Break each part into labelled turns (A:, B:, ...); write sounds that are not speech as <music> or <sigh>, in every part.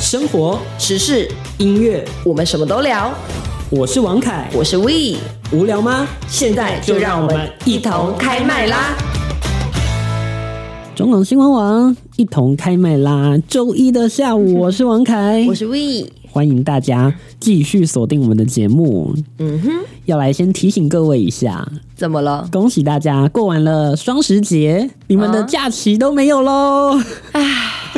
A: 生活、
B: 时事，
A: 音乐，
B: 我们什么都聊。
A: 我是王凯。
B: 我是 We，
A: 无聊吗？
B: 现在就让我们一同开麦啦！
A: 中广新闻网一同开麦啦！周一的下午，我是王凯，
B: 我是 We，
A: 欢迎大家继续锁定我们的节目。
B: 嗯哼，
A: 要来先提醒各位一下，
B: 怎么了？
A: 恭喜大家过完了双十节，你们的
B: 啊
A: 假期都没有喽！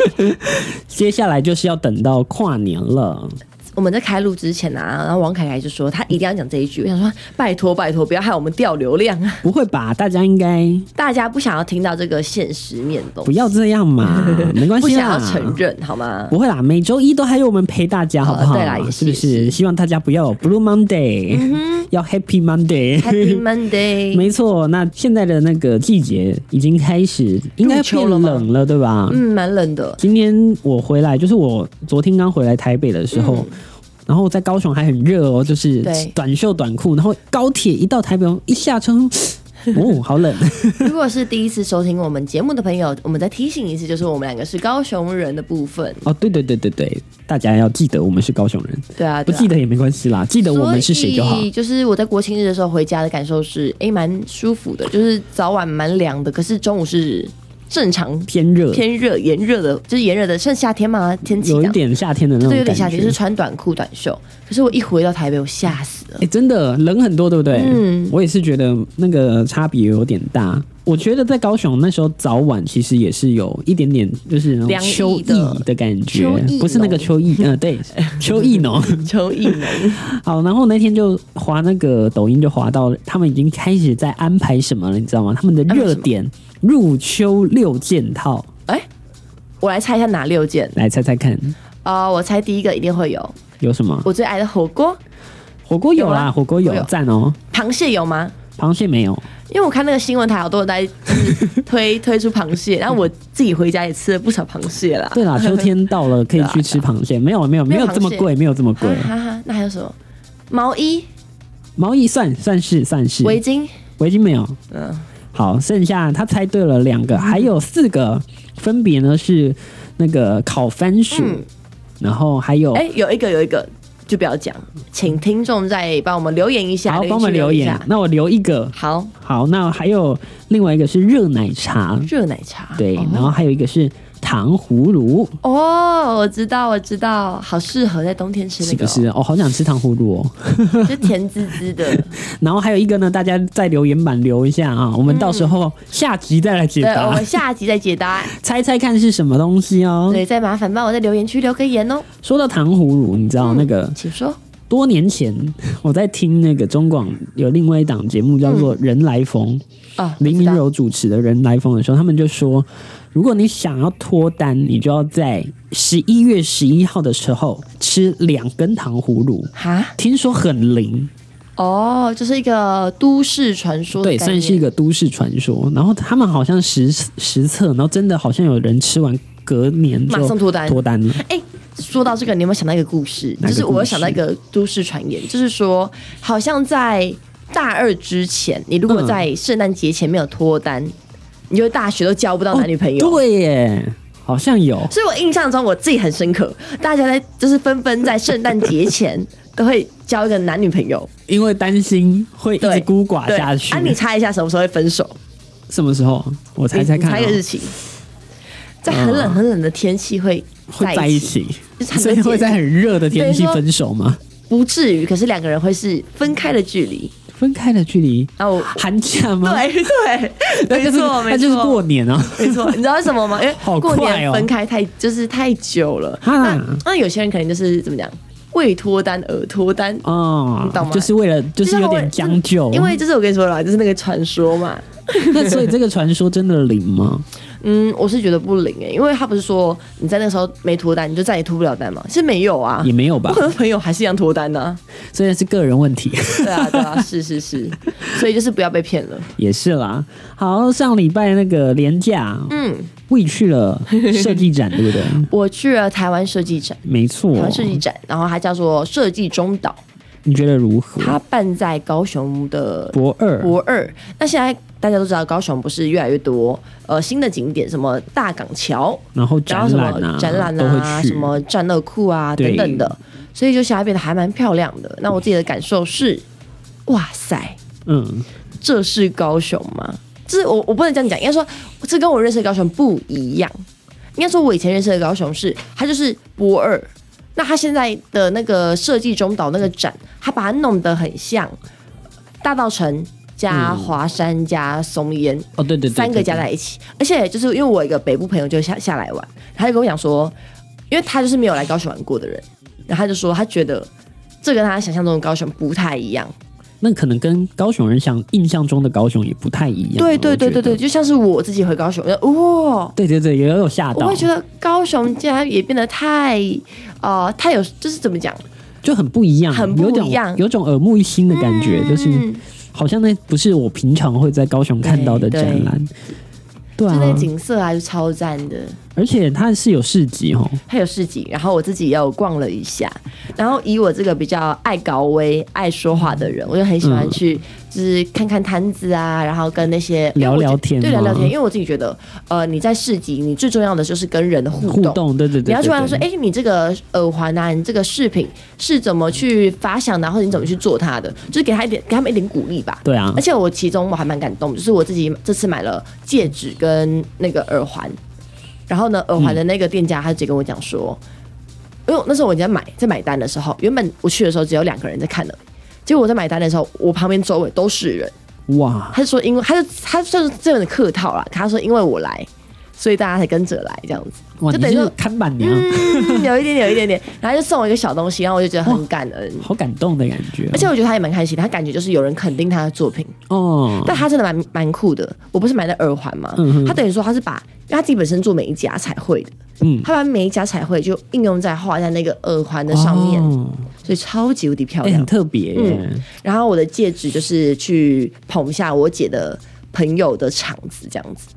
A: <laughs> 接下来就是要等到跨年了。
B: 我们在开录之前啊，然后王凯凯就说他一定要讲这一句，我想说拜托拜托，不要害我们掉流量啊！
A: 不会吧？大家应该
B: 大家不想要听到这个现实面的东
A: 不
B: 西，
A: 要这样嘛，没关
B: 不
A: 系
B: 想
A: 啦，
B: 要啊承认好 <laughs> 吗？
A: 不会啦，每周一都还有我们陪大家，好不好？
B: 呃对啦
A: 是
B: 也是嗯
A: 不是？希望大家不要有 Blue Monday，、要 Happy Monday。 <laughs>
B: Happy Monday，
A: 没错，那现在的那个季节已经开始，应该
B: 入秋
A: 变
B: 了吗
A: 冷了，对吧？
B: 嗯，蛮冷的，
A: 今天我回来，就是我昨天刚回来台北的时候，然后在高雄还很热哦，就是
B: 嗯对
A: 短袖短裤，然后高铁一到台北，一下车， <gasps> 哦，好冷。 <laughs>
B: 如果是第一次收听我们节目的朋友，我们再提醒一次，就是我们两个是高雄人的部分。
A: 哦，对对对对对，大家要记得我们是高雄人，
B: 对啊，
A: 不
B: 对啊
A: 记得也没关系啦，记得我们是谁就好
B: 所。以就是我在国庆日的时候回家的感受是，哎、蛮舒服的，就是早晚蛮凉的，可是中午是正常
A: 偏热，
B: 偏热、炎热的，就是炎热的，像夏天嘛，天气这
A: 有一
B: 样，
A: 点夏天的那种
B: 对，有
A: 感觉。
B: 点夏天，就是穿短裤、短袖。可是我一回到台北，我吓死了 <laughs>
A: 哎、。真的冷很多，对不对？
B: 嗯
A: 我也是觉得那个差别有点大。我觉得在高雄那时候早晚其实也是有一点点就是那种
B: 凉意
A: 秋
B: 的
A: 意的感觉
B: 秋意，
A: 不是那个
B: 浓
A: 秋意，嗯、
B: <laughs>
A: 对，秋意浓。
B: 邱意农，
A: 好，然后那天就滑那个抖音，就滑到他们已经开始在安排什么了，你知道吗？他们的
B: 安排
A: 热
B: 什么
A: 点入秋六件套，
B: 哎、我来猜一下哪六件
A: 来猜猜看
B: 啊、我猜第一个一定会有，
A: 有什么？
B: 我最爱的火锅，
A: 火锅有
B: 有
A: 啦，
B: 啊
A: 火锅有
B: 我有
A: 赞哦，
B: 螃蟹有吗？
A: 螃蟹没有。
B: 因为我看那个新闻台好多人在就是推推出螃蟹，然后我自己回家也吃了不少螃蟹啦。
A: 对啦，秋天到了可以去吃螃蟹，没有没有没
B: 没有
A: 有这么
B: 螃蟹
A: 贵，没有这么贵
B: 哈。啊哈哈，那还有什么？毛衣、
A: 毛衣算算是算是，
B: 围巾，
A: 围巾没有。
B: 嗯，
A: 好，剩下他猜对了两个，还有四个，分别呢是那个烤番薯，
B: 嗯
A: 然后还有、
B: 哎、有一个有一个就不要讲，请听众再帮我们留言一下，
A: 好
B: 区
A: 帮我们留
B: 一
A: 言
B: 下。。
A: 那我留一个，
B: 好，
A: 好，那还有另外一个是热奶茶，
B: 热奶茶。
A: 对，
B: 哦
A: 然后还有一个是糖葫芦，
B: 哦，我知道，我知道，好适合在冬天吃那
A: 是不
B: 个、哦，
A: 是？哦，好想吃糖葫芦哦。 <laughs>
B: 就甜滋滋的。
A: 然后还有一个呢，大家在留言板留一下啊，我们到时候下集再来 <laughs> 解
B: 对，我
A: 答，
B: 们下集再解答。
A: 猜猜看是什么东西哦。
B: 对，再麻烦帮我在留言区留个言哦，
A: 说到糖葫芦，你知道那个
B: 请说。
A: 多年前我在听那个中广有另外一档节目叫做《人来疯》，
B: 啊，
A: 林
B: 嗯我知
A: 明
B: 道
A: 柔主持的《人来疯》的时候，他们就说，如果你想要脱单，你就要在十一月十一号的时候吃两根糖葫芦。
B: 哈，
A: 听说很灵，
B: 哦，就是一个都市传说的
A: 对，
B: 概念，
A: 算是一个都市传说。然后他们好像实实测，然后真的好像有人吃完隔年就
B: 马上脱单
A: 脱单了。
B: 哎、说到这个，你有没有想到一个故事？
A: 哪个
B: 就是我
A: 故
B: 有
A: 事
B: 想到一个都市传言，就是说，好像在大二之前，你如果
A: 嗯
B: 在圣诞节前没有脱单，你就大学都交不到男女朋友。
A: 哦对耶，好像有。
B: 所以我印象中我自己很深刻，大家在就是纷纷在圣诞节前 <laughs> 都会交一个男女朋友，
A: 因为担心会一直
B: 对
A: 孤寡
B: 对。
A: 下去。
B: 啊，你猜一下什么时候会分手？
A: 什么时候？我猜
B: 你
A: 猜看、
B: 你
A: 哦，
B: 猜个日期，在很冷很冷的天气会
A: 嗯会在一，起，
B: 就是很
A: 所以
B: 多
A: 会
B: 节
A: 在很热的天气
B: 对说
A: 分手吗？
B: 不至于，可是两个人会是分开的距离。
A: 分开的距离，
B: 啊，我
A: 寒假吗？
B: <laughs> 对对，
A: <laughs> 那就是
B: 没错没错，
A: 那就是过年啊。
B: 没
A: <laughs>
B: 错，你知道为什么吗？因为
A: 好快哦啊
B: 过年分开太就是太久了，
A: 哈
B: 那那有些人可能就是怎么讲，为脱单而脱单。
A: 哦
B: 你懂，吗啊
A: 就是为了，就是有点将就，
B: 因为就是我跟你说了，就是那个传说嘛。
A: <laughs> 那所以这个传说真的灵
B: <laughs>
A: 吗？
B: 嗯，我是觉得不灵诶、因为他不是说你在那个时候没脱单，你就再也脱不了单嘛？是没有啊
A: 也，没有吧
B: 我，很多朋友还是一样脱
A: <laughs>
B: 单呢、啊。
A: 虽然是个人问题， <laughs>
B: 对啊，对啊，是是是，所以就是不要被骗了。
A: 也是啦。好，上礼拜那个廉假，
B: 嗯，
A: we 去了设计展，对不对？
B: 我去了台湾设计展，
A: 没错
B: 台，湾设计展，然后它叫做设计中岛。
A: 你觉得如何？
B: 它办在高雄的
A: 博二，
B: 博二。那现在大家都知道高雄不是越来越多呃新的景点，什么大港桥，
A: 然后
B: 然
A: 展
B: 后什
A: 览
B: 么
A: 啊，
B: 展览
A: 都
B: 啊，
A: 会去
B: 什么战乐库啊
A: 对
B: 等等的，所以就想要变得还蛮漂亮的。那我自己的感受是，哇塞，
A: 嗯，
B: 这是高雄吗？这我我不能这样讲，应该说这跟我认识的高雄不一样。应该说，我以前认识的高雄是它就是博二，那它现在的那个设计中岛那个展，它把它弄得很像大道城加华山加松烟、
A: 哦对对对，
B: 三个加
A: 对
B: 在一起，而且就是因为我有一个北部朋友就下下来玩，他就跟我讲说，因为他就是没有来高雄玩过的人，然后他就说他觉得这跟他想象中的高雄不太一样。
A: 那可能跟高雄人想印象中的高雄也不太一样。啊
B: 对对对
A: 我觉
B: 对
A: 得
B: 对，就像是我自己回高雄，我就哇，
A: 对对对，也有吓
B: 我
A: 到
B: 会，觉得高雄竟然也变得太呃太有，就是怎么讲，
A: 就很不一样，
B: 很不
A: 有种
B: 一样
A: 有种耳目一新的感觉，就是
B: 嗯，
A: 好像那不是我平常会在高雄看到的
B: 对
A: 展览。对
B: 就那个
A: 啊，
B: 景色啊，就超赞的。
A: 而且它是有市集哦，
B: 还有市集，然后我自己又逛了一下，然后以我这个比较爱搞威、爱说话的人，我就很喜
A: 嗯
B: 欢去，就是看看摊子啊，然后跟那些
A: 聊聊天
B: 因为我觉得对，
A: 吗
B: 聊聊天。因为我自己觉得，呃，你在市集，你最重要的就是跟人的互
A: 互
B: 动。
A: 动，对对对对
B: 你要去问他
A: 对
B: 说，哎、你这个耳环啊，你这个饰品是怎么去发想的，或者你怎么去做它的，就是给他一点，给他们一点鼓励吧。
A: 对啊
B: 哎而，且我其中我还蛮感动，就是我自己这次买了戒指跟那个耳环，然后呢，耳环的那个店家他直接跟我讲说，因为我那时候我在买在买单的时候，原本我去的时候只有两个人在看的，结果我在买单的时候，我旁边周围都是人，
A: 哇，
B: 他就说因为他就他就是这样的客套啦，他说因为我来，所以大家才跟着来这样子，
A: 哇，
B: 就
A: 你
B: 等于
A: 是
B: 说
A: 看板娘，
B: 嗯，有一点点有一点点，然后他就送我一个小东西，然后我就觉得很感恩。
A: 好感动的感觉哦。
B: 而且我觉得他也蛮开心的，他感觉就是有人肯定他的作品，
A: 哦，
B: 但他真的蛮蛮酷的。我不是买的耳环嘛，
A: 嗯哼
B: 他等于说他是把，因为他自己本身做美甲彩绘的，
A: 嗯，
B: 他把美甲彩绘就应用在画在那个耳环的上面，嗯
A: 哦
B: 所以超级无敌漂
A: 哎，
B: 亮。
A: 很特别耶。
B: 然后我的戒指就是去捧一下我姐的朋友的场子，这样子，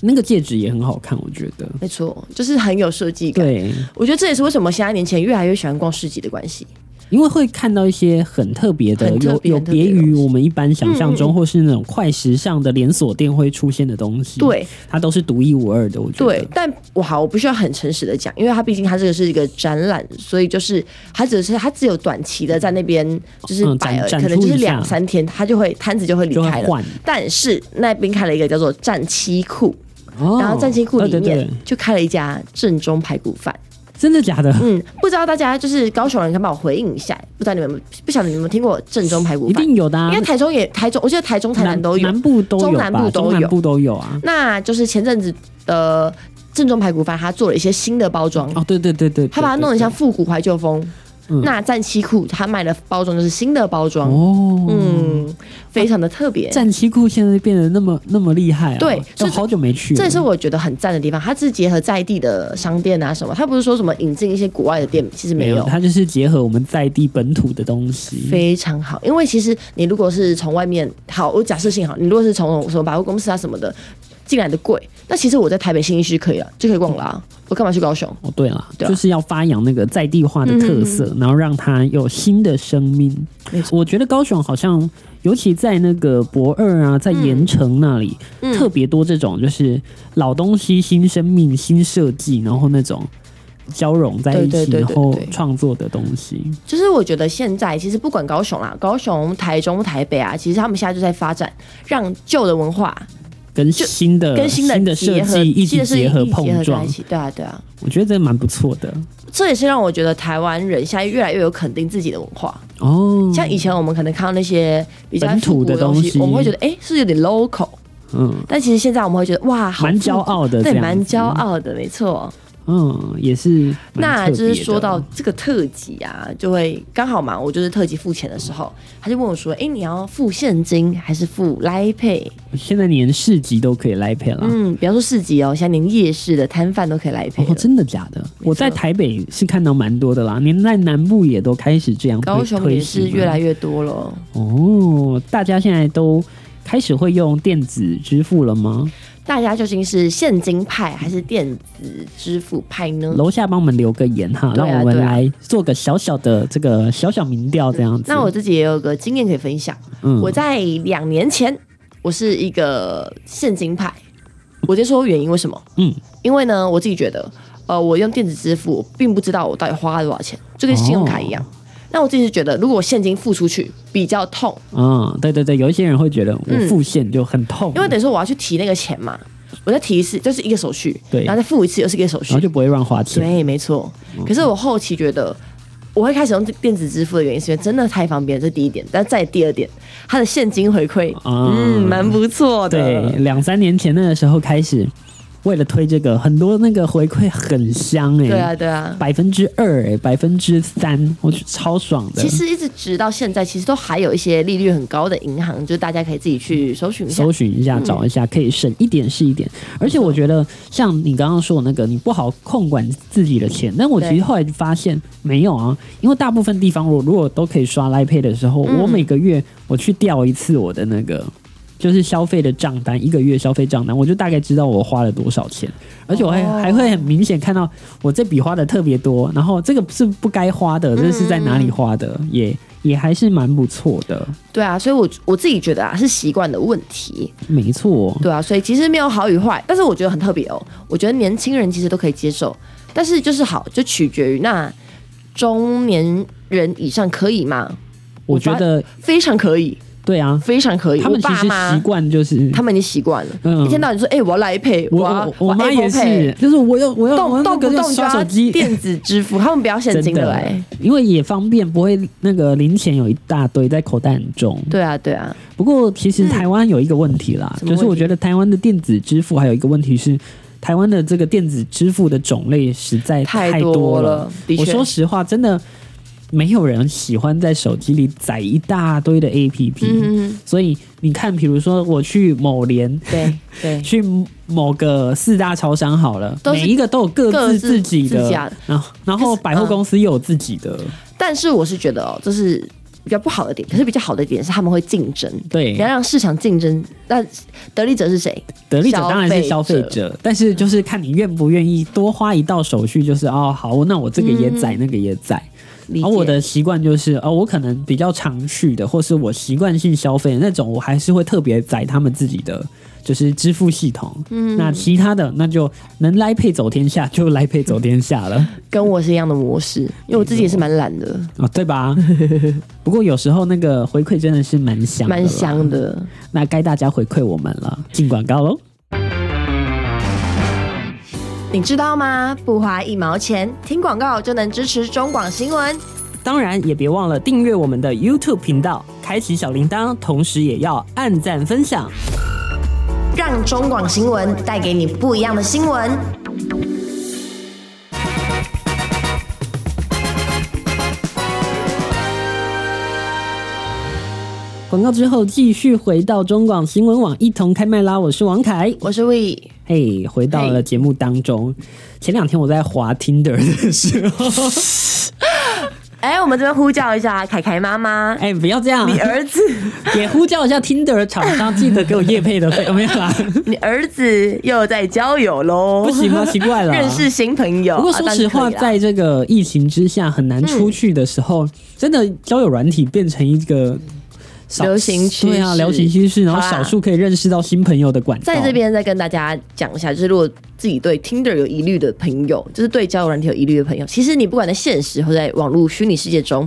A: 那个戒指也很好看，我觉得。
B: 没错，就是很有设计感。
A: 对，
B: 我觉得这也是为什么现在年轻人越来越喜欢逛市集的关系。
A: 因为会看到一些很特别的，
B: 很特
A: 有
B: 别
A: 有
B: 很特别
A: 别
B: 的嗯
A: 于
B: 东
A: 我们一般想象中，或是那种快时尚的连锁店会出现的东西。
B: 对，
A: 它都是独一无二的。我觉得，
B: 对，但我好，我不需要很诚实的讲，因为它毕竟它这个是一个展览，所以就是它只是它只有短期的在那边就是
A: 嗯
B: 摆
A: 展
B: 而已，
A: 展
B: 可能就
A: 出
B: 是
A: 一下
B: 两三天，它就会摊子就会离
A: 就会
B: 开了。
A: 换。
B: 但是那边开了一个叫做战七库，
A: 哦
B: 然后战七库里
A: 对对
B: 面
A: 对
B: 就开了一家正宗排骨饭。
A: 真的假的？
B: 嗯，不知道大家就是高雄人，可以帮我回应一下，不知道你们有没有不晓得你们有没有听过正宗排骨
A: 一
B: 饭？
A: 定有的、啊
B: 因为，台中也台中，我记得台中、台南都有，
A: 南部都有吧，
B: 中南部都有
A: 中南部都有啊。
B: 那就是前阵子的正宗排骨饭，它做了一些新的包装。
A: 哦，对对对对，
B: 嗯他把它弄得像
A: 对
B: 复古怀旧风。
A: 嗯
B: 那战七裤他卖的包装就是新的包
A: 对对
B: 装，
A: 哦，嗯，
B: 嗯，非常的特别。
A: 战旗裤现在变得那么那么厉害啊！
B: 对
A: 都
B: 所以
A: 好久没去了。
B: 这也是我觉得很赞的地方，它是结合在地的商店啊什么，它不是说什么引进一些国外的店，其实没
A: 没
B: 有，
A: 有，它就是结合我们在地本土的东西。
B: 非常好。因为其实你如果是从外面，好，我假设性好，你如果是从什么百货公司啊什么的进来的贵，那其实我在台北新一区可以了，就可以逛了啊，我干嘛去高雄？
A: 哦，对了，
B: 对啊嗯
A: 就是要发扬那个在地化的特色，然后让它有新的生命。
B: 没错
A: 我觉得高雄好像，尤其在那个博二啊，在盐城那里，
B: 嗯
A: 特别多这种就是老东西、新生命、新设计，然后那种交融在一起，
B: 对对对对
A: 然后
B: 对
A: 创作的东西。
B: 就是我觉得现在其实不管高雄啦，高雄、台中、台北啊，其实他们现在就在发展，让旧的文化
A: 跟
B: 就
A: 呃新的
B: 跟新的
A: 设
B: 结合，
A: 计一起
B: 新的设计
A: 结合
B: 一起
A: 碰
B: 在
A: 撞
B: 一，起。对啊，对啊，
A: 我觉得这蛮不错的
B: 这也是让我觉得台湾人现在越来越有肯定自己的文化。
A: 哦。
B: 像以前我们可能看到那些比较
A: 本土
B: 复古的
A: 的东
B: 西，
A: 西
B: 我们会觉得哎、诶是有点 local，
A: 嗯
B: 但其实现在我们会觉得哇，好
A: 蛮
B: 复古
A: 骄傲的这
B: 对，
A: 样
B: 蛮
A: 子
B: 骄傲的，没错。
A: 嗯，也是蛮
B: 那
A: 特别的。哦
B: 就是说到这个特辑啊，就会刚好嘛，我就是特辑付钱的时候，他就问我说：“哎、你要付现金还是付来配？
A: 现在连市集都可以来配了。
B: 嗯，比方说市集哦，现在连夜市的摊贩都可以来配了。
A: 哦，真的假的？我在台北是看到蛮多的啦，您在南部也都开始这样推
B: 高雄
A: 推
B: 也
A: 行
B: 是
A: 吗
B: 越来越多了。
A: 哦，大家现在都开始会用电子支付了吗？
B: 大家究竟是现金派还是电子支付派呢？
A: 楼下帮我们留个言哈，
B: 嗯对
A: 让
B: 啊
A: 我们
B: 对啊
A: 来做个小小的这个小小民调这样子。
B: 那我自己也有个经验可以分享。
A: 嗯
B: 我在两年前，我是一个现金派。我直接说原因，为什么？
A: 嗯，
B: 因为呢，我自己觉得，呃，我用电子支付，我并不知道我到底花了多少钱，就跟信用卡
A: 哦
B: 一样。那我自己是觉得，如果我现金付出去比较痛，
A: 嗯，对对对，有一些人会觉得我付现就很痛，
B: 因为等于说我要去提那个钱嘛，我再提一次就是一个手续，
A: 对
B: 然后再付一次又是一个手续
A: 然后，就嗯不会乱花钱。
B: 对，没错。可是我后期觉得，我会开始用电子支付的原因是因为真的太方便，这是第一点。但再第二点，它的现金回馈，
A: 啊
B: 嗯，蛮不错的。
A: 对，两三年前那个时候开始，为了推这个，很多那个回馈很香哎、
B: 对啊，对啊。
A: 百分之二哎，百分之三，我去超爽的。
B: 其实一直直到现在，其实都还有一些利率很高的银行，就是大家可以自己去搜寻一下
A: 嗯搜。寻一下，
B: 嗯
A: 找一下，可以省一点是一点。而且我觉得，像你刚刚说的那个，你不好控管自己的钱，但我其
B: 对
A: 实后来发现没有啊，因为大部分地方我如果都可以刷 l i Pay 的时候，
B: 嗯
A: 我每个月我去调一次我的那个。就是消费的账单，一个月消费账单，我就大概知道我花了多少钱，而且我还、
B: 哦
A: 还会很明显看到我这笔花的特别多，然后这个是不该花
B: 嗯
A: 的，这是在哪里花的，也也还是蛮不错的，
B: 对啊，所以我我自己觉得啊，是习惯的问题。
A: 没错。
B: 对啊，所以其实没有好与坏，但是我觉得很特别哦。我觉得年轻人其实都可以接受，但是就是好，就取决于那中年人以上可以吗？
A: 我觉得
B: 非常可以，
A: 对啊，
B: 非常可以。
A: 他
B: 我
A: 们其
B: 爸
A: 实习
B: 妈
A: 惯就是
B: 他，们已经习惯了，
A: 嗯
B: 一天到晚说：“哎、我要来配，
A: 我
B: 要哎
A: 我我
B: 要
A: 妈
B: Apple
A: 也
B: Pay
A: 是，就是我要我要我要
B: 动
A: 那
B: 动
A: 个
B: 不
A: 要
B: 动就
A: 刷手
B: 要
A: 机，
B: 电子支付，他们不要现
A: 真
B: 金的
A: 的
B: 哎、
A: 因为也方便，不会那个零钱有一大堆在口袋中。
B: 对啊，对啊，
A: 不过其实台湾有一个问题啦，
B: 什么问
A: 就
B: 题
A: 是我觉得台湾的电子支付还有一个问题是，台湾的这个电子支付的种类实在
B: 太
A: 多
B: 多了，的
A: 我
B: 确
A: 说实话，真的没有人喜欢在手机里载一大堆的 APP，、
B: 嗯，
A: 所以你看，比如说我去某联。
B: <laughs> 对对，
A: 去某个四大超商好了，
B: 都是
A: 每一个都有各
B: 各
A: 自
B: 自
A: 自己的，
B: 自家的
A: 然后然后
B: 可是
A: 百货公司也有自己的，
B: 但是我是觉得哦，这是比较不好的点，可是比较好的点是他们会竞争，
A: 对
B: 你要，让市场竞争，呃那得利者是谁？
A: 得利者
B: 消
A: 当然是消费
B: 费
A: 者，但是就是看你愿不愿意多花一道手续，就是哦好，那我这个也载，那个也载。
B: 嗯理
A: 而
B: 解
A: 我的习惯就是，哦，我可能比较常去的，或是我习惯性消费的那种，我还是会特别载他们自己的就是支付系统。嗯，那其他的那就能来配走天下就来配走天下了。
B: 跟我是一样的模式，因为我自己也是蛮懒的，
A: 啊、对
B: <laughs>
A: 吧？不过有时候那个回馈真的是蛮香，
B: 蛮。香的。
A: 那该大家回馈我们了，进广告喽。
B: 你知道吗？不花一毛钱，听广告就能支持中广新闻。
A: 当然也别忘了订阅我们的 YouTube 频道，开启小铃铛，同时也要按赞分享。
B: 让中广新闻带给你不一样的新闻。
A: 广告之后继续回到中广新闻网，一同开麦啦！我是王凯，
B: 我是 We，
A: 嘿、回到了节目当中。前两天我在滑 Tinder 的时候，
B: <laughs> 哎、我们这边呼叫一下凯凯妈妈，
A: 哎、不要这样，
B: 你儿子， <laughs>
A: 也呼叫一下 Tinder 厂商，记得给我业配的
B: <laughs>
A: 费，有没有啦？
B: 你儿子又在交友喽，
A: 不行吗？奇怪了，
B: 认识新朋友。
A: 不啊过说实话，
B: 啊当然可以啦嗯
A: 在这个疫情之下很难出去的时候，真的交友软体变成一个少
B: 流行趋势
A: 对啊，流行趋势，然后
B: 好啦
A: 少数可以认识到新朋友的管道。
B: 在这，边再跟大家讲一下，就是如果自己对 Tinder 有疑虑的朋友，就是对交友软体有疑虑的朋友，其实你不管在现实或在网络虚拟世界中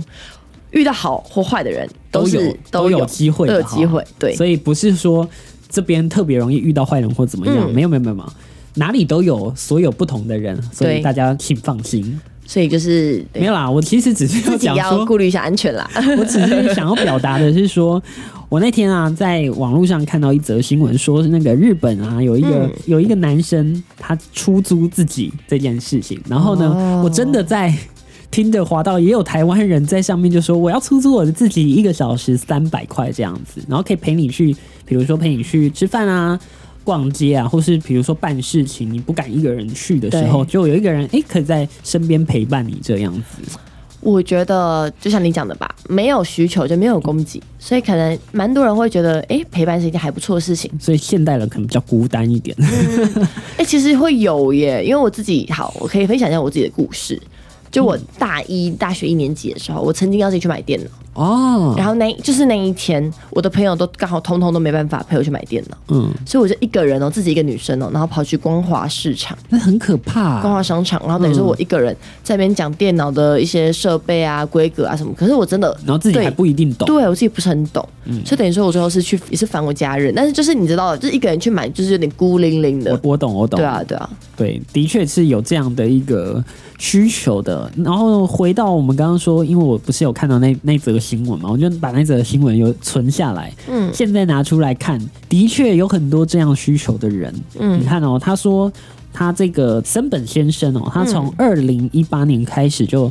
B: 遇到好或坏的人，
A: 都有
B: 是
A: 都有机会的
B: 都有
A: 哈
B: 机会。对，
A: 所以不是说这边特别容易遇到坏人或怎么样，
B: 嗯
A: 没有没有没有没有，哪里都有所有不同的人，所以
B: 对
A: 大家请放心。
B: 所以就是
A: 没有啦，我其实只是要
B: 自己
A: 讲
B: 要
A: 说，
B: 顾虑一下安全啦。
A: 我只是想要表达的是说，我那天啊，在网络上看到一则新闻，说是那个日本啊，有一个、有一个男生他出租自己这件事情，然后呢，
B: 哦
A: 我真的在。听着滑到也有台湾人在上面就说我要出租我的自己一个小时三百块这样子，然后可以陪你去，比如说陪你去吃饭啊、逛街啊，或是比如说办事情你不敢一个人去的时候，就有一个人哎、诶可以在身边陪伴你这样子。
B: <laughs> 我觉得就像你讲的吧，没有需求就没有供给，所以可能蛮多人会觉得，哎、陪伴是一件还不错的事情。
A: 所以现代人可能比较孤单一点。
B: 哎、其实会有耶，因为我自己好，我
A: 嗯
B: 可以分享一下我自己的故事。就我大一大学一年级的时候，我曾经要自己去买电脑，
A: 哦，
B: 然后那就是那一天，我的朋友都刚好通通都没办法陪我去买电脑，
A: 嗯，
B: 所以我就一个人哦，自己一个女生哦，然后跑去光华市场、
A: 那很可怕、啊
B: 光华商场，然后等
A: 嗯
B: 于说我一个人在那边讲电脑的一些设备啊、规格啊什么，可是我真的
A: 然后自己还
B: 对
A: 不一定懂，
B: 对我自己不是很懂，
A: 嗯
B: 所以等于说我最后是去也是烦我家人，但是就是你知道，就是一个人去买，就是有点孤零零的
A: 我，我懂，我懂，
B: 对啊，对啊，
A: 对，的确是有这样的一个需求的。然后回到我们刚刚说，因为我不是有看到那那则新闻嘛，我就把那则新闻有存下来，嗯，现在拿出来看，的确有很多这样需求的人。嗯，你看哦，他说他这个森本先生哦，他从二零一八年开始就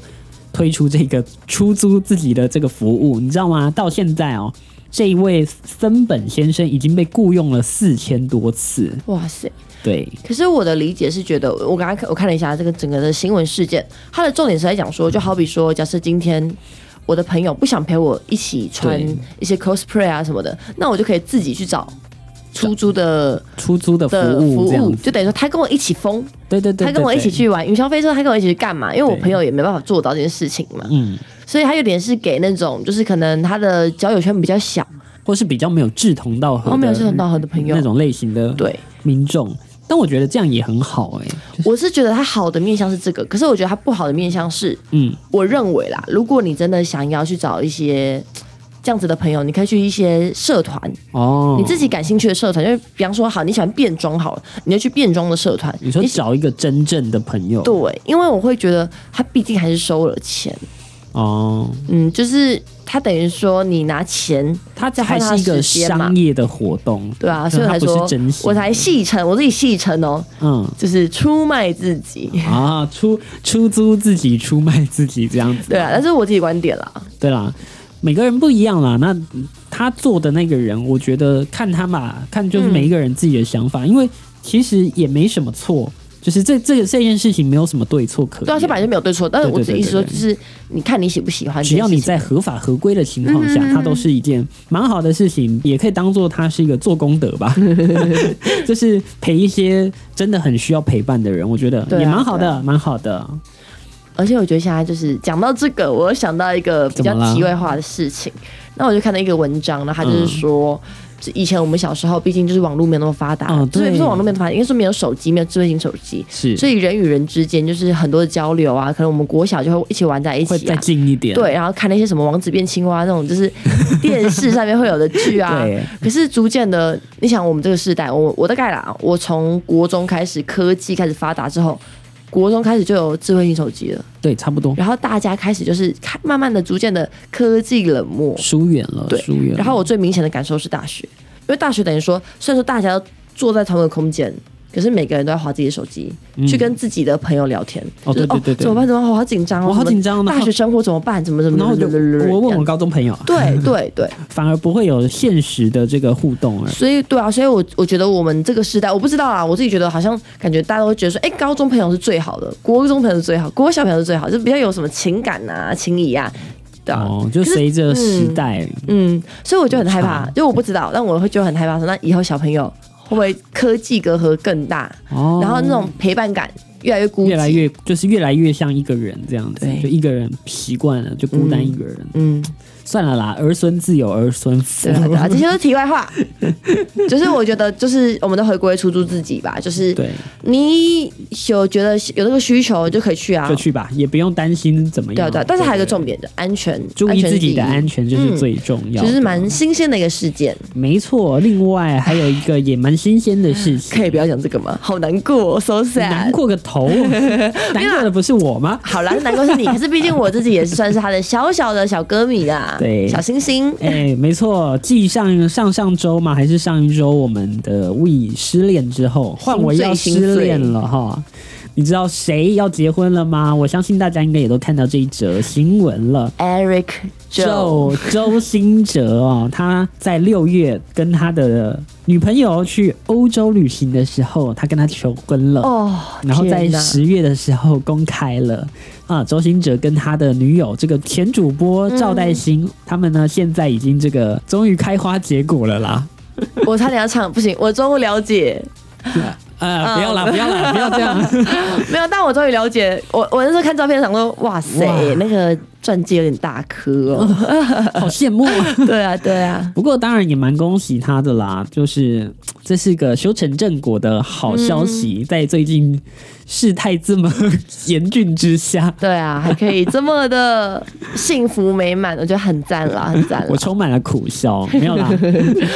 A: 推出这个出租自己的这个服务，你知道吗？到现在哦。这一位森本先生已经被雇佣了四千多次，
B: 哇塞！
A: 对，
B: 可是我的理解是觉得，我刚刚看我看了一下这个整个的新闻事件，它的重点是在讲说，就好比说，假设今天我的朋友不想陪我一起穿
A: 对
B: 一些 cosplay 啊什么的，那我就可以自己去找出租的
A: 出租的服
B: 的服
A: 务这样
B: 务，
A: 子，
B: 就等于说他跟我一起疯，
A: 对对对，
B: 他跟我一起
A: 对，
B: 去玩云霄飞车，他跟我一起去干嘛？因为我
A: 对
B: 朋友也没办法做到这件事情嘛，
A: 对嗯，
B: 所以他有点是给那种就是可能他的交友圈比较小，
A: 或是比较没有志同道合的，
B: 然后没有志同道合的朋友
A: 那，种类型的
B: 对。
A: 民众，但我觉得这样也很好哎、
B: <laughs> 我是觉得它好的面向是这个，可是我觉得它不好的面向是，
A: 嗯
B: 嗯，我认为啦，如果你真的想要去找一些嘖这样子的朋友，你可以去一些社团，
A: 哦，
B: 你自己感兴趣的社团，就是比方说，好，你喜欢变装好了，你就去变装的社团。
A: 你说找一个真正的朋友，
B: 对，因为我会觉得他毕竟还是收了钱，
A: 哦，
B: 嗯，就是他等于说你拿钱，
A: 它
B: 再
A: 还
B: 换
A: 是一个
B: 时间嘛
A: 商，业的活动，
B: 对啊，所以
A: 可能
B: 我才
A: 它嗯不
B: 说
A: 是真心，
B: 我才戏称我自己戏称哦，
A: 嗯。
B: 就是出卖自己，
A: 啊，出出租自己，出卖自己这样子。 <laughs>
B: 对啊，但是我自己观点啦，
A: 对啦，每个人不一样啦。那嗯他做的那个人，我觉得看他嘛，看就是
B: 嗯
A: 每一个人自己的想法，因为其实也没什么错，就是这这个这件事情没有什么对错可言。
B: 对啊，这本来就没有对错，但是我
A: 对对
B: 只意
A: 对
B: 思说，
A: 对对
B: 就是你看你喜不喜欢这
A: 只
B: 件事情，嗯
A: 要你在合法合规的情况下，它都是一件蛮好的事情，也可以当做它是一个做功德
B: <laughs>
A: 吧，就是陪一些真的很需要陪伴的人，我觉得
B: 对啊
A: 也蛮好
B: 对
A: 的，蛮好的。
B: 而且我觉得现在就是讲到这个，我又想到一个比较
A: 怎么啦
B: 题外话的事情。那我就看到一个文章，然后他就是说，就以前我们小时候，毕竟就是网络没有那么发达，
A: 哦
B: 就是
A: 对
B: 不是网络没有那么发达，应该说没有手机，没有智慧型手机，
A: 是
B: 所以人与人之间就是很多的交流啊，可能我们国小就会一起玩在一
A: 会
B: 起
A: 再
B: 啊。
A: 近一点，
B: 对，然后看那些什么《王子变青蛙》那种，就是电视上面会有的剧啊
A: <laughs> 对。
B: 可是逐渐的，你想我们这个时代，我我大概啦，我从国中开始，科技开始发达之后，国中开始就有智慧型手机了。
A: 对，差不多
B: 然后大家开始就是看，慢慢的、逐渐的科技冷漠。
A: 疏远了，
B: 对
A: 疏远了。
B: 然后我最明显的感受是大学，因为大学等于说，虽然说大家都坐在同一个空间，可是每个人都在划自己的手机，去跟自己的朋友聊天。
A: 哦
B: 就是
A: 对对对对
B: 怎么办？怎么办？我好紧张哦，
A: 我好
B: 什么
A: 紧张哦然
B: 大
A: 后
B: 学生活怎么办？怎么怎么？
A: 然后我就我问我高中朋友，啊
B: 对对对，
A: 反而不会有现实的这个互动而
B: 所以对啊，所以我我觉得我们这个时代，我不知道啊，我自己觉得好像感觉大家都会觉得说，哎、高中朋友是最好的，国中朋友是最好，国小朋友是最好，就比较有什么情感啊、情谊啊，对啊，
A: 哦，就
B: 可是
A: 随着时
B: 嗯
A: 代，
B: 嗯，所以我就很害怕
A: 差，
B: 就我不知道，但我会就很害怕说，那以后小朋友会不会科技隔阂更大，
A: 哦，
B: 然后那种陪伴感越来越孤寂，
A: 越来越就是越来越像一个人这样子，
B: 对
A: 就一个人习惯了，就孤单一个人。
B: 嗯，
A: 算了啦，儿孙自有儿孙福
B: 对。啊，
A: <laughs>
B: 对啊，这些都是题外话，就是我觉得就是我们都回归出租自己吧，就是
A: 对，
B: 你有觉得有这个需求就可以去啊
A: 就，去吧，也不用担心怎么
B: 对
A: 样。
B: 啊对啊，但是还有一个重
A: 点，
B: 点的安全，
A: 注意自己的
B: 安全
A: 安全就是最重
B: 第一，
A: 要的。
B: 就是蛮新鲜的一个事件，
A: 没错。另外还有一个也蛮新鲜的事情，
B: <laughs> 可以不啊要讲这
A: <laughs>
B: 个吗？好难过、s o
A: 你
B: sad。
A: 难过个
B: <laughs>
A: 头，难过的不是我吗？
B: 好啦，难过是你，可是毕竟我自己也是算是他的小小的小歌迷啦，
A: 对
B: 小星星。
A: <laughs> 哎、没错，继上上上周嘛，还是上一周我们的 We 失恋之后，换我要失恋了哈。你知道谁要结婚了吗？我相信大家应该也都看到这一则新闻了。
B: Eric Joe，
A: <laughs> 周周兴哲哦，他在六月跟他的女朋友去欧洲旅行的时候，他跟他求婚了。
B: 哦，
A: 然后在
B: 天哪
A: 十月的时候公开了啊，周星哲跟他的女友这个前主播
B: 嗯
A: 赵黛欣，他们呢现在已经这个终于开花结果了啦。
B: 我差点要唱，不行，我终于了解，
A: <laughs>
B: 嗯
A: 呃，不要啦，不要啦，不要这样。
B: 没有，但我终于了解，我我那时候看照片想说，哇塞，
A: 哇
B: 那个钻戒有点大颗
A: <laughs>
B: 哦。
A: 好羡慕、啊。 <laughs>
B: 对啊，对啊，
A: 不过当然也蛮恭喜他的啦，就是嘖这是个修成正果的好
B: 嗯
A: 消息，在最近事态这么 <laughs> 严峻之下，
B: 对啊，还可以这么的幸福美满，我觉得很赞啦，很赞啦。
A: 我充满了苦笑，没
B: <laughs>
A: 有啦。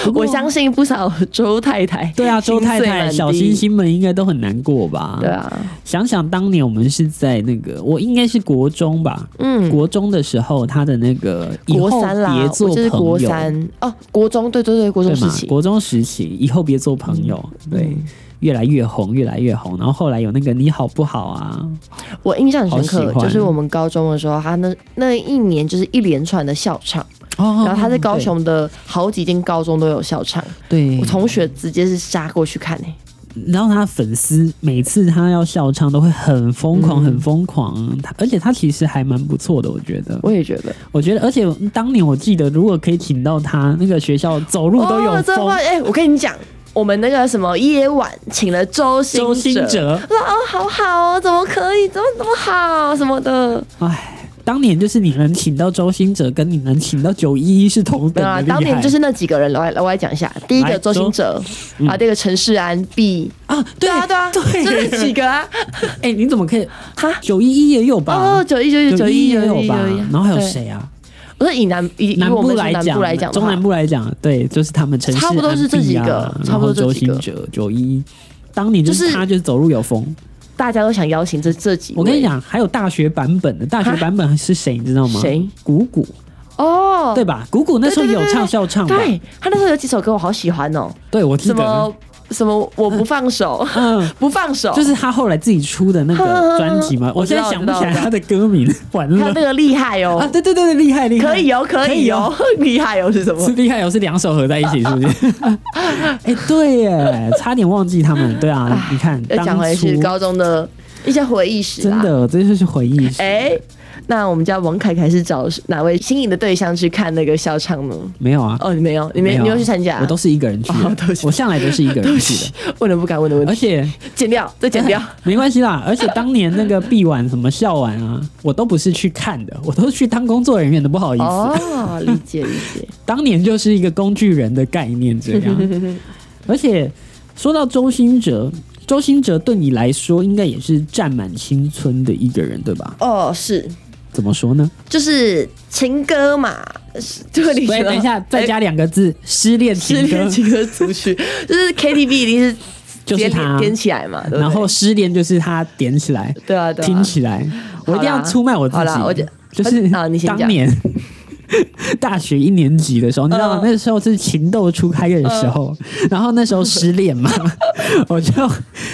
A: 不过
B: 我相信不少周太太，
A: 对啊，周太
B: 心碎满
A: 太、
B: 地
A: 小星，星们应该都很难过吧？
B: 对啊，
A: 想想当年我们是在那个，我应该是国中吧，
B: 嗯，
A: 国中的时候，他的那个以
B: 国
A: 后
B: 三啦，
A: 别做
B: 我就是国
A: 朋友，
B: 三哦，国中，对对对，国中
A: 对
B: 时
A: 嘛？
B: 期，嗯
A: 国中时期，以后别做朋友，对，越来越红，越来越红。然后后来有那个你好不好啊？
B: 我印象很
A: 好
B: 深刻
A: 喜，欢
B: 就是我们高中的时候，他那那一年就是一连串的校唱，
A: 哦
B: 然后他在高雄的好几间高中都有校唱，
A: 对
B: 我，同学直接是杀过去看诶、欸
A: 然后他的粉丝每次他要笑唱都会很疯狂，很疯狂。他而且他其实还蛮不错的，我觉得。
B: 我也觉得
A: 我觉得，而且当年我记得，如果可以请到他，那个学校走路都有
B: 哦、真
A: 风
B: 的。哎、我跟你讲，我们那个什么夜晚请了周星
A: 周星
B: 哲。
A: 哲，
B: 我说哦，好好哦，怎么可以，怎么那么好，什么的。
A: 哎，当年就是你能请到周星哲，跟你能请到九一一是同
B: 没
A: 等
B: 有啊
A: 的，厉害。
B: 当年就是那几个人，来来我来讲一下。第一个
A: 来
B: 周星
A: 说
B: 哲，
A: 嗯
B: 啊，第二个陈世安 B，
A: 啊，
B: 对啊对啊，就
A: 对，
B: 那几个啊，
A: 哎、你怎么可以？
B: 哈
A: 九一一也有吧？
B: 哦，九一九一九
A: 一
B: 一
A: 也有吧？然后还有？
B: 91
A: 谁啊？
B: 对我说以南以以
A: 南
B: 我
A: 部
B: 们
A: 来
B: 南
A: 讲
B: 部来讲，
A: 中南。部来讲，对，就是他们城市、啊
B: 差不多是这几个差
A: 然
B: 不
A: 后
B: 多这
A: 周
B: 几
A: 星
B: 个
A: 哲、九一。当年就
B: 就是是
A: 他就是走路有风，
B: 大家都想邀请这这几位。
A: 我跟你讲，还有大学版本的，大学
B: 哈
A: 版本是谁你知道吗？
B: 啊谁？
A: 谷谷
B: 哦，
A: 对吧？谷谷那时候
B: 对对
A: 有
B: 对对
A: 唱校唱吧？
B: 对，他那时候有几首歌我好喜欢哦，
A: 对，我记
B: 什
A: 得，
B: 么什么我不
A: <laughs>
B: 放手，
A: 嗯，
B: 不放手，
A: 就是他后来自己出的那个专辑嘛。
B: 我
A: 我
B: 知
A: 现
B: 道
A: 在想不起
B: 我
A: 来
B: 知道
A: 他的歌名，完
B: 他
A: 了
B: 那个厉害哦
A: 啊！，对对对对，厉害厉害，
B: 可以哦，可以哦， <laughs> 厉害哦是什么
A: 是？厉害哦，是两首合在一起，是不
B: <laughs>
A: 是？哎、对耶，差点忘记他们。对啊，你看，
B: 要
A: 当
B: 讲回
A: 初
B: 是高中的一些回忆史啊
A: 真
B: 啦。
A: 的，这就是回忆史。
B: 哎、那我们家王凯凯是找哪位心仪的对象去看那个校唱呢？
A: 没有啊，
B: 哦，你没有，你没，
A: 有啊
B: 你有去参加？
A: 我都是一个人去的，
B: 哦对不起
A: 我向来都是一个人去的，
B: 问了不敢问的问
A: 而
B: 题，
A: 且
B: 剪掉，再剪掉。
A: 没关系啦。而且当年那个毕晚什么校晚啊，我都不是去看的，我都是去当工作人员的，不好意思。
B: 哦，理解理解。
A: 当年就是一个工具人的概念这样。
B: <laughs>
A: 而且说到周兴哲，周兴哲对你来说应该也是占满青春的一个人，对吧？
B: 哦，是，
A: 怎么说呢？
B: 就是情歌 <laughs> 嘛，是就你
A: 喂，
B: 说
A: 等一下，再
B: 哎
A: 加两个字，失恋
B: 失
A: 情歌
B: 恋，情歌
A: <laughs>
B: 组曲，就是 KTV 一定是
A: 就是他。
B: 点起来嘛，对不对
A: 然后失恋就是他点起来，
B: 对啊对啊
A: 听，起来，我一定要出卖我自
B: 好啦我
A: 己
B: 就。
A: 就是
B: 啊你先讲
A: 当年 <laughs> 大学一年级的时候，你知道吗
B: 嗯
A: 那时候是情窦初开的时候，然后那时候失恋
B: <laughs>
A: 嘛，我就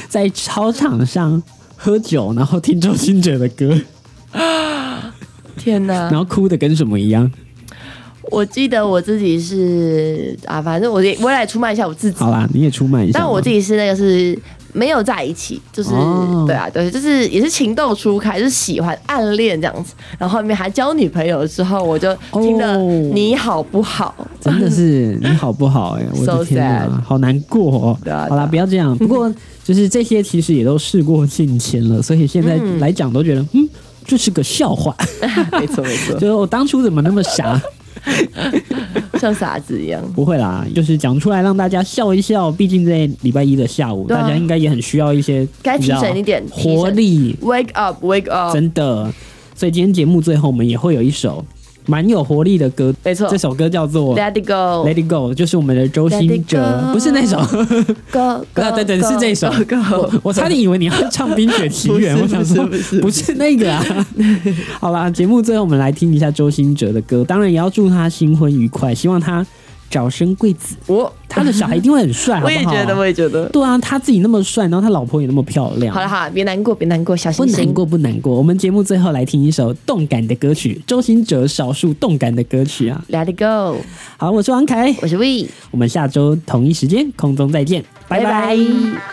A: 在操场上喝酒，然后听周兴哲的歌，
B: 嗯天哪
A: 然！后哭的跟什么一样。
B: 我记得我自己是啊，反正我也我也来出卖一下我自己。
A: 好啦，你也出卖一下吧。
B: 但我自己是那个是没有在一起，就是、
A: 哦
B: 对啊，对，就是也是情窦初开，就是喜欢暗恋这样子。然后后面还交女朋友之后，我就听了
A: 哦
B: 你好不
A: <laughs>
B: 好？
A: 真的是你好不好、
B: <laughs>
A: 哎，我
B: So
A: 的天哪
B: sad
A: 好难过哦。
B: 对啊
A: 好啦，不要这
B: <laughs>
A: 样。不过就是这些其实也都事过境迁了，所以现在来讲都觉得，嗯，这是个笑话。
B: 没错没错
A: <laughs> 就，是我当初怎么那么
B: <laughs>
A: 傻？
B: 像傻子一样。
A: 不会啦，就是讲出来让大家笑一笑。毕竟在礼拜一的下午，
B: 对啊
A: 大家应该也很需要一些
B: 该
A: 你知道
B: 提神一点提神哦
A: 活力，
B: Wake up, wake up！
A: 真的。所以今天节目最后我们也会有一首蛮有活力的歌，
B: 没错
A: 这首歌叫做《
B: Let it go,
A: Let It Go》，就是我们的周
B: Let
A: 兴
B: it
A: 哲，
B: go
A: 不是那首。
B: go, go！
A: 啊，对对，
B: go,
A: 是这一首。
B: go, go
A: 我我差点以为你要唱《冰雪奇
B: <laughs>
A: 缘》，我
B: 不是
A: 想说
B: 不是
A: 不是那个
B: <laughs>
A: 啊。好啦，节目最后我们来听一下周兴哲的歌，当然也要祝他新婚愉快，希望他早生贵子。
B: 我
A: 他的小孩一定会很帅，好不
B: <laughs> 我
A: 好？
B: 也觉得，我也觉得。
A: 对啊，他自己那么帅，然后他老婆也那么漂亮。
B: 好了，好了，别难过，别难过，小
A: 不
B: 心
A: 难
B: 心。
A: 过，不难过。我们节目最后来听一首动感的歌曲，周兴哲少数动感的歌曲啊。
B: Let it go，
A: 好，我是王凯，
B: 我是 We，
A: 我们下周同一时间空中再见，拜拜
B: 拜